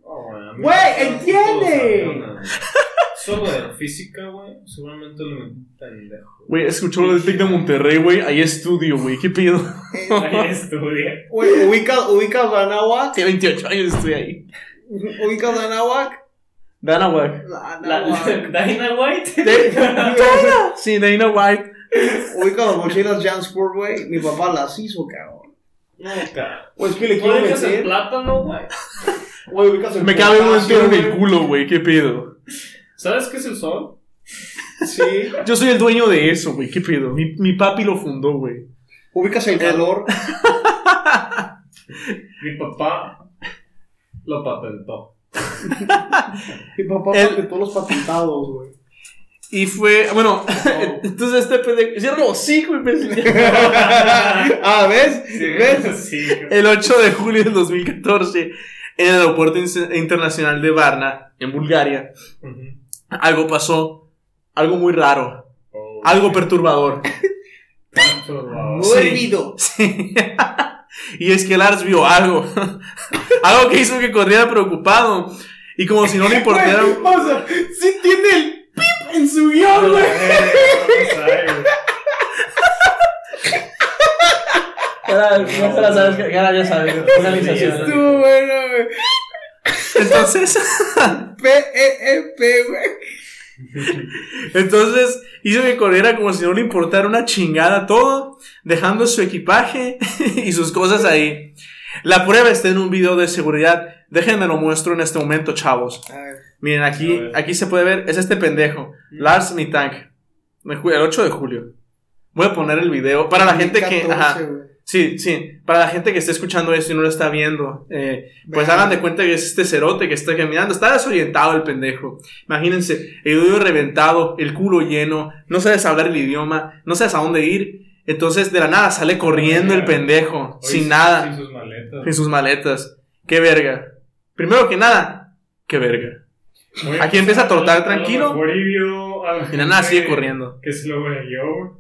Speaker 4: No, güey. a mí
Speaker 2: Güey,
Speaker 4: me pelan
Speaker 2: entiende.
Speaker 4: todos los aviones, güey. Solo de la física, güey. Seguramente lo metí pendejo.
Speaker 3: Güey, escuchó lo del Tec de Monterrey, güey, ahí estudio, güey, qué pedo.
Speaker 4: Ahí estudia.
Speaker 2: Güey, ubicas, ubicas Anáhuac.
Speaker 3: Tenía 28 años, estoy ahí.
Speaker 2: Ubicas Anáhuac.
Speaker 3: Dana White.
Speaker 4: La, la,
Speaker 2: Anáhuac.
Speaker 4: Dina White.
Speaker 3: Sí, Dana White.
Speaker 2: Ubicas las mochilas Jansport, güey. Mi papá las hizo, cabrón.
Speaker 4: No, cara.
Speaker 2: O es que Pues, le
Speaker 4: ¿No
Speaker 2: quiero
Speaker 4: dejas el
Speaker 2: meter.
Speaker 4: plátano, güey?
Speaker 2: Güey, ubicas el
Speaker 3: Me cabe un
Speaker 2: potasio,
Speaker 3: entero en el
Speaker 2: Ah, güey.
Speaker 3: culo, güey, qué pedo.
Speaker 4: ¿Sabes qué es el sol?
Speaker 2: Sí.
Speaker 3: Yo soy el dueño de eso, güey. ¿Qué pedo? Mi, mi papi lo fundó, güey.
Speaker 2: Ubicas el calor.
Speaker 4: Mi papá lo patentó.
Speaker 2: Mi papá
Speaker 3: El-
Speaker 2: el... todos los patentados, güey.
Speaker 3: Y fue, bueno, entonces este pendejo. Cierro, sí, güey. pues. pendejo.
Speaker 2: ah, ¿ves? ¿Ves?
Speaker 4: Sí,
Speaker 3: El 8 de julio del 2014, en el aeropuerto in- internacional de Varna, en Bulgaria,
Speaker 4: Ujú.
Speaker 3: algo pasó. Algo muy raro.
Speaker 4: Oh,
Speaker 3: Algo perturbador.
Speaker 4: chorro.
Speaker 3: Sí.
Speaker 2: Mórbido.
Speaker 3: Sí. Y es que Lars vio algo. Algo que hizo que corriera preocupado. Y como si no le importara.
Speaker 2: Güey, o sea, sí tiene el pip en su guión, güey.
Speaker 3: Cara, no te la sabes, cara, ya sabes.
Speaker 4: finalización.
Speaker 2: Estuvo bueno, güey.
Speaker 3: Entonces.
Speaker 2: P-E-E-P, E güey.
Speaker 3: Entonces hizo que corriera como si no le importara una chingada todo, dejando su equipaje y sus cosas ahí. La prueba está en un video de seguridad. Déjenme lo muestro en este momento, chavos.
Speaker 2: A ver.
Speaker 3: Miren, aquí,
Speaker 4: A ver. Mm.
Speaker 3: aquí se puede ver, es este pendejo, Lars Mittank, de ju- el 8 de julio. Voy a poner el video para la gente que...
Speaker 2: 14,
Speaker 3: Ajá,
Speaker 2: E güey.
Speaker 3: sí, sí, para la gente que esté escuchando esto y no lo está viendo. eh, pues
Speaker 2: Vean.
Speaker 3: hagan de cuenta que es este cerote que está caminando. Está desorientado el pendejo. Imagínense, el oído reventado, el culo lleno, no sabes hablar el idioma, no sabes a dónde ir. Entonces, de la nada sale corriendo el pendejo,
Speaker 1: Oye,
Speaker 3: sin nada,
Speaker 1: Sin sus maletas.
Speaker 3: sin sus maletas. ¡Qué verga! Primero que nada, ¡qué verga!
Speaker 1: Oye, pues,
Speaker 3: Aquí empieza a tortar
Speaker 4: A lo
Speaker 3: tranquilo
Speaker 4: mejor y vio a la
Speaker 3: y de la nada
Speaker 4: gente
Speaker 3: sigue corriendo.
Speaker 4: Que se lo hueleó, güey.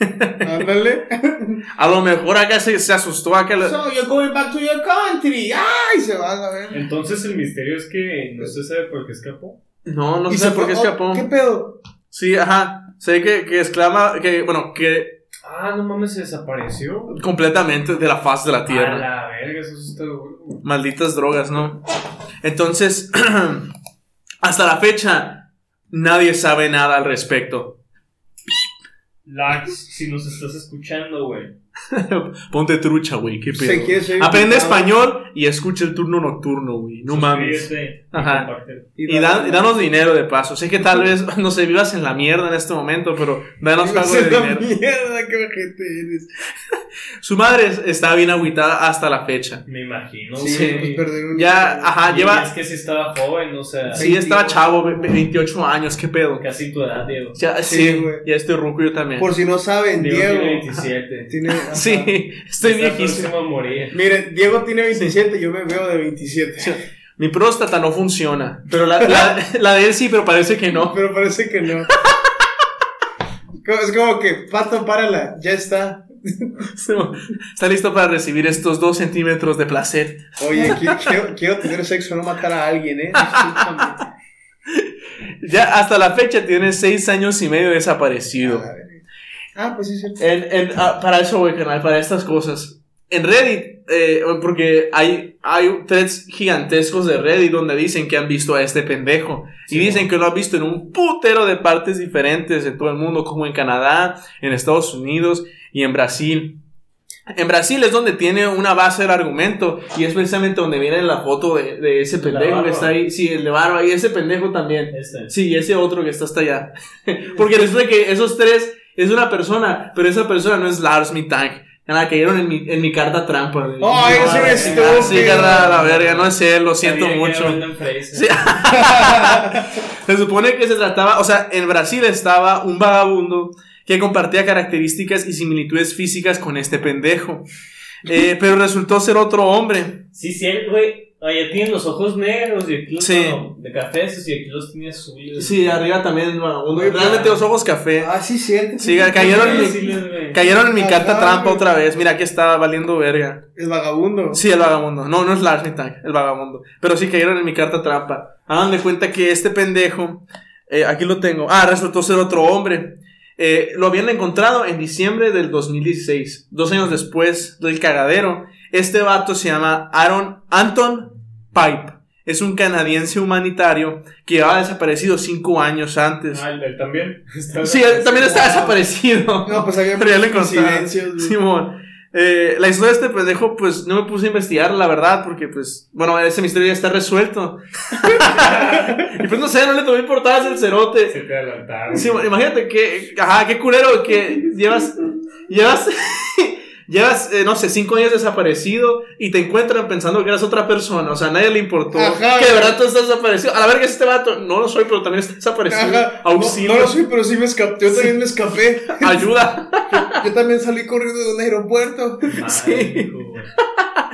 Speaker 2: Ándale.
Speaker 3: A lo mejor acá se, se asustó acá. la-
Speaker 2: So you're going back to your country. Ay, se va a la verga.
Speaker 1: Entonces el misterio es que no se sabe por qué escapó.
Speaker 3: No, no
Speaker 2: Y
Speaker 3: sé
Speaker 2: se
Speaker 3: por qué
Speaker 2: fue- oh,
Speaker 3: escapó.
Speaker 2: ¿Qué pedo?
Speaker 3: Sí, ajá. Sé que, que exclama, que, bueno, que
Speaker 1: Ah, no mames, se desapareció.
Speaker 3: completamente de la faz de la
Speaker 1: A
Speaker 3: tierra.
Speaker 1: la verga, eso está duro.
Speaker 3: Malditas drogas, ¿no? Entonces, hasta la fecha, nadie sabe nada al respecto.
Speaker 4: Lax, si nos estás escuchando, güey.
Speaker 3: Ponte trucha, güey, qué
Speaker 2: Se
Speaker 3: pedo.
Speaker 2: quiere ser
Speaker 3: Aprende
Speaker 2: invitado.
Speaker 3: español y escucha el turno nocturno, güey. No mames.
Speaker 4: Suscríbete y
Speaker 3: Ajá.
Speaker 4: compártelo.
Speaker 3: Y, da- y danos dinero de paso. Sé que tal vez, no sé, vivas en la mierda en este momento, pero danos algo de
Speaker 2: Se da
Speaker 3: dinero.
Speaker 2: mierda, qué gente eres.
Speaker 3: Su madre es- está bien agüitada hasta la fecha.
Speaker 4: Me imagino,
Speaker 2: Sí,
Speaker 4: güey.
Speaker 2: pues perder un.
Speaker 3: Ya, ajá,
Speaker 4: Y Es
Speaker 3: Ah, lleva.
Speaker 4: que sí estaba joven, o sea,
Speaker 3: Sí, estaba chavo, ve- ve- 28 años, qué pedo.
Speaker 4: casi tu edad, Diego.
Speaker 3: Ya,
Speaker 2: Sí,
Speaker 3: sí,
Speaker 2: güey.
Speaker 3: ya estoy ruco yo también.
Speaker 2: Por si no saben,
Speaker 4: Diego,
Speaker 2: Diego.
Speaker 4: tiene 27.
Speaker 2: tiene- ajá.
Speaker 3: Sí, estoy
Speaker 4: Está
Speaker 3: viejísimo.
Speaker 4: próximo a morir.
Speaker 2: Mire, Diego tiene 27, yo me veo de 27.
Speaker 3: Mi próstata no funciona. Pero la, la- la de él sí, pero parece que no.
Speaker 2: Pero parece que no. Como- Es como que, pato, párala, ya está.
Speaker 3: Está listo para recibir estos dos centímetros de placer.
Speaker 2: Oye, qui- quiero, quiero tener sexo, no matar a alguien, ¿eh? Discúlpame.
Speaker 3: Ya hasta la fecha tiene seis años y medio desaparecido.
Speaker 2: A ver. Ah, pues sí, es cierto.
Speaker 3: En- en- ah, para eso, güey, canal, para estas cosas. En Reddit, eh, porque hay, hay threads gigantescos de Reddit donde dicen que han visto a este pendejo. y dicen que lo han visto en un putero de partes diferentes de todo el mundo, como en Canadá, en Estados Unidos y en Brasil. En Brasil es donde tiene una base el argumento y es precisamente donde viene la foto de, de ese pendejo que
Speaker 4: barba.
Speaker 3: está ahí. Sí, el de barba y ese pendejo también.
Speaker 4: Este.
Speaker 3: Sí, y ese otro que está hasta allá. Porque resulta que esos tres es una persona, pero esa persona no es Lars Mittank. Nada, cayeron en mi, en mi carta trampa. güey.
Speaker 2: Oh, eres un
Speaker 3: Ah,
Speaker 2: estúpido.
Speaker 3: Sí, carnal, la verga, no es él, lo siento
Speaker 4: Sabía que
Speaker 3: mucho.
Speaker 4: era Brendan Fraser.
Speaker 3: Sí. se supone que se trataba, o sea, en Brasil estaba un vagabundo que compartía características y similitudes físicas con este pendejo. Eh, pero resultó ser otro hombre.
Speaker 4: Sí, sí, él, güey. Oye, tiene los ojos negros y aquí los
Speaker 3: Sí.
Speaker 4: no, de café esos y aquí los tiene azules.
Speaker 3: Sí, arriba también el vagabundo.
Speaker 2: Oye,
Speaker 3: Realmente
Speaker 4: pero-
Speaker 3: los ojos café.
Speaker 2: Ah, sí, es cierto.
Speaker 3: Sí, cayeron en mi- Cayeron en mi carta trampa otra vez. Mira, aquí estaba valiendo verga.
Speaker 2: El vagabundo.
Speaker 3: Sí, el vagabundo. No, no es Lars Mittank, el vagabundo. Pero sí cayeron en mi carta trampa. Hagan de cuenta que este pendejo, eh, aquí lo tengo. Ah, resultó ser otro hombre. Eh, lo habían encontrado en diciembre del 2016, dos años después del cagadero. Este vato se llama Aaron Anton Pipe. Es un canadiense humanitario que llevaba desaparecido cinco años antes.
Speaker 1: Ah, él también. Está-
Speaker 3: Sí, él también está
Speaker 2: Wow.
Speaker 3: desaparecido.
Speaker 2: No, pues había
Speaker 3: Pero ya le
Speaker 2: muchas
Speaker 3: contaba.
Speaker 2: coincidencias, güey.
Speaker 3: Simón. Eh, la historia de este pendejo, pues no me puse a investigar, la verdad, porque pues, bueno, ese misterio ya está resuelto. y pues no sé, no le tomé importancia el cerote.
Speaker 1: Se te adelantaron.
Speaker 3: Simón, imagínate que, ajá, qué culero que llevas, llevas, llevas, eh, no sé, cinco años desaparecido y te encuentran pensando que eras otra persona, o sea, a nadie le importó.
Speaker 2: Ajá.
Speaker 3: Que de verdad tú estás desaparecido. A la verga es este vato, no lo soy, pero también está desaparecido.
Speaker 2: Ajá. No,
Speaker 3: Auxilio,
Speaker 2: no lo soy, pero sí me escapé. Yo también me escapé.
Speaker 3: ayuda.
Speaker 2: Yo también salí corriendo de un aeropuerto.
Speaker 4: Sí.
Speaker 3: Sí.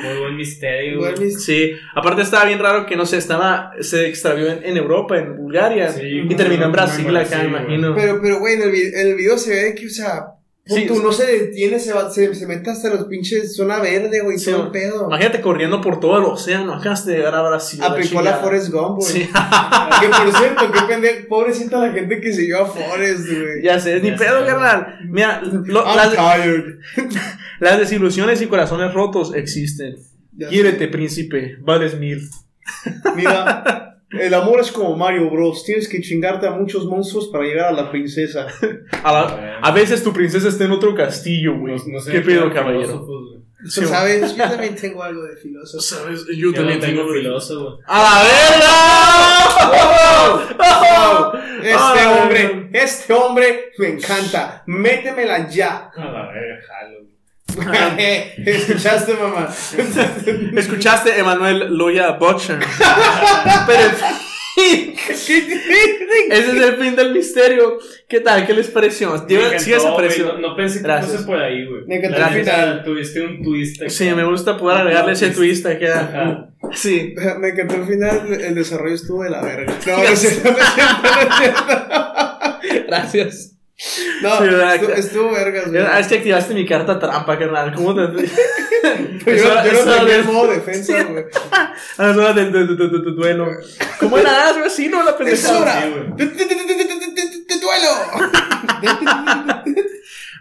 Speaker 4: Muy buen misterio.
Speaker 2: Igual
Speaker 4: güey.
Speaker 2: mis-
Speaker 3: Sí, aparte estaba bien raro que no sé, estaba, se extravió en, en Europa, en Bulgaria.
Speaker 1: Sí,
Speaker 3: y
Speaker 1: güey,
Speaker 3: terminó en
Speaker 1: no,
Speaker 3: Brasil
Speaker 1: no, no,
Speaker 3: acá,
Speaker 1: sí,
Speaker 3: me
Speaker 1: güey.
Speaker 3: imagino.
Speaker 2: Pero, pero, güey, en el, vi- en el video se ve que, o sea, pon
Speaker 3: Sí,
Speaker 2: tú,
Speaker 3: sí.
Speaker 2: no se detiene, se, va, se, se mete hasta los pinches zona verde, güey,
Speaker 3: Sí,
Speaker 2: todo el
Speaker 3: ma-
Speaker 2: pedo.
Speaker 3: Imagínate corriendo por todo el océano, acá hasta llegar a Brasil.
Speaker 2: Aplicó la
Speaker 3: chingada.
Speaker 2: Forrest Gump, güey.
Speaker 3: Sí,
Speaker 2: Que por cierto, qué pendejo, pobrecita la gente que siguió a Forrest, güey.
Speaker 3: ya sé, ni
Speaker 4: Ya
Speaker 3: pedo,
Speaker 4: sé.
Speaker 3: carnal. Mira, lo-
Speaker 2: I'm
Speaker 3: las,
Speaker 2: tired.
Speaker 3: las desilusiones y corazones rotos existen.
Speaker 2: Ya
Speaker 3: Quiérete, príncipe, vales mil.
Speaker 2: sé. Mira, el amor es como Mario Bros. Tienes que chingarte a muchos monstruos para llegar a la princesa.
Speaker 3: A, la- a veces tu princesa está en otro castillo, güey.
Speaker 1: No- no sé,
Speaker 3: ¿Qué pedo,
Speaker 1: eran
Speaker 3: caballero?
Speaker 1: filósofos, güey.
Speaker 3: Sí,
Speaker 2: ¿Sabes? Yo también tengo algo de
Speaker 3: güey.
Speaker 2: filósofo.
Speaker 3: ¿Sabes? Yo
Speaker 4: Yo
Speaker 3: también
Speaker 4: no tengo
Speaker 3: tengo
Speaker 4: filósofo.
Speaker 3: ¡A la ¡Oh! verga!
Speaker 2: Este
Speaker 3: Ah,
Speaker 2: hombre, este hombre me encanta. Métemela ya.
Speaker 1: A la verga, jalo. güey.
Speaker 3: Ah.
Speaker 2: ¿Escuchaste, mamá?
Speaker 3: Escuchaste Emanuel Loya Butcher. Pero en fin, fin. Ese es el fin del misterio. ¿Qué tal? ¿Qué les pareció?
Speaker 4: Me
Speaker 3: Digo,
Speaker 4: encantó,
Speaker 3: Sí desapareció.
Speaker 4: güey, No, no pensé que
Speaker 3: Gracias.
Speaker 4: fuese por ahí, güey.
Speaker 2: Me encantó
Speaker 4: La
Speaker 2: el
Speaker 4: neta,
Speaker 2: final.
Speaker 4: Tuviste un twist. acá.
Speaker 3: Sí, me gusta poder agregarle ese twist aquí. a-
Speaker 4: Ajá.
Speaker 3: Sí.
Speaker 2: Me encantó al final, el desarrollo estuvo de la verga. No, no es cierto, no es cierto, no es cierto.
Speaker 3: Gracias.
Speaker 2: No,
Speaker 3: Sí, ¿verdad? ah,
Speaker 2: estu- estuvo vergas, güey.
Speaker 3: Es que activaste mi carta trampa, carnal. ¿Cómo te.?
Speaker 2: Pero
Speaker 3: Eso-
Speaker 2: yo, yo
Speaker 3: eso
Speaker 2: no tenía
Speaker 3: es-
Speaker 2: el modo defensa, güey.
Speaker 3: A las horas del du- du- du- du- du- duelo. ¿Cómo era algo así, no? La
Speaker 2: ¡Es
Speaker 3: pendejada.
Speaker 2: hora!
Speaker 4: Sí, güey.
Speaker 2: ¡De de- de- de- de- de- de- de- de duelo!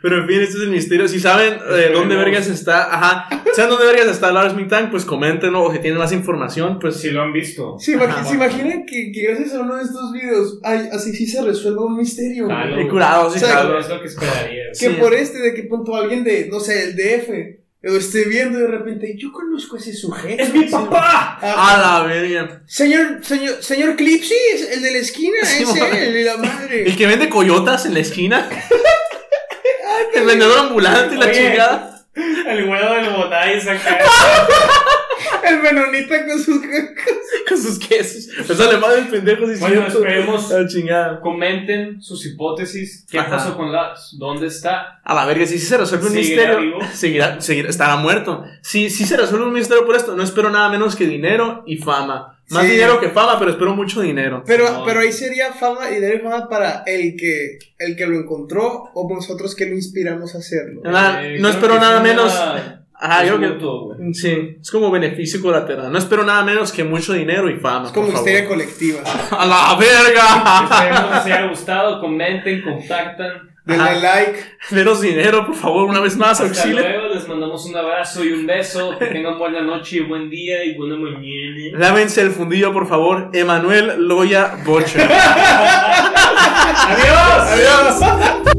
Speaker 3: Pero en fin, este es el misterio. Si saben eh, dónde vergas está, ajá. ¿Saben dónde vergas está Lars Smith Tank? Pues coméntenlo. O si tienen más información, pues
Speaker 4: Si lo han visto.
Speaker 2: ¿Se
Speaker 3: Ajá.
Speaker 2: imagi- se imaginan que, que gracias a uno de estos videos ay, así sí se resuelva un misterio? güey?
Speaker 4: Claro.
Speaker 3: Y curados, y
Speaker 2: O sea,
Speaker 3: curados.
Speaker 4: Es lo que esperaría. güey.
Speaker 2: Que
Speaker 3: Sí.
Speaker 2: por este, de qué punto alguien de, no sé, el DF, lo esté viendo y de repente, yo conozco a ese sujeto.
Speaker 4: ¡Es mi papá!
Speaker 2: Ah,
Speaker 3: A la verga.
Speaker 2: señor, señor, señor Clipsy, es el de la esquina,
Speaker 3: Sí,
Speaker 2: es
Speaker 3: mamá.
Speaker 2: él, y la
Speaker 3: El
Speaker 2: madre.
Speaker 3: que vende coyotas en la esquina. El vendedor ambulante y la
Speaker 4: Oye.
Speaker 3: chingada.
Speaker 4: El huevo del botáis acá.
Speaker 2: El menonita con sus cacas.
Speaker 3: Con sus quesos. Pues sale más el pendejo si es
Speaker 4: Bueno,
Speaker 3: cierto.
Speaker 4: esperemos.
Speaker 3: La chingada.
Speaker 4: Comenten sus hipótesis. ¿Qué
Speaker 3: Eh. Ajá.
Speaker 4: pasó con Lars? ¿Dónde está?
Speaker 3: A la verga, si sí se resuelve un
Speaker 4: ¿Seguirá
Speaker 3: misterio.
Speaker 4: vivo?
Speaker 3: Seguirá, seguirá, estará muerto. Si sí, se resuelve un misterio por esto, no espero nada menos que dinero y fama. Más
Speaker 2: Sí.
Speaker 3: dinero que fama, pero espero mucho dinero.
Speaker 2: Pero,
Speaker 4: No.
Speaker 2: pero ahí sería fama y darle fama para el que, el que lo encontró o nosotros que lo inspiramos a hacerlo.
Speaker 3: Nada,
Speaker 4: Eh,
Speaker 3: no
Speaker 4: creo
Speaker 3: espero
Speaker 4: que
Speaker 3: nada
Speaker 4: sí,
Speaker 3: menos.
Speaker 4: nada-
Speaker 3: Ajá,
Speaker 4: es
Speaker 3: yo creo
Speaker 4: mutuo, güey.
Speaker 3: que. Sí, es como beneficio colateral. No espero nada menos que mucho dinero y fama.
Speaker 2: Es como
Speaker 3: por favor.
Speaker 2: histeria colectiva.
Speaker 3: ¡A la verga!
Speaker 4: Esperemos que les haya gustado. Comenten, contactan.
Speaker 2: Denle like.
Speaker 3: Denos dinero, por favor, una vez más,
Speaker 4: Hasta
Speaker 3: auxilio.
Speaker 4: luego. Les mandamos un abrazo y un beso. Que tengan buena noche y buen día y buena mañana.
Speaker 3: Lávense el fundillo, por favor. Emanuel Loya Bocha.
Speaker 4: ¡Adiós!
Speaker 3: Adiós.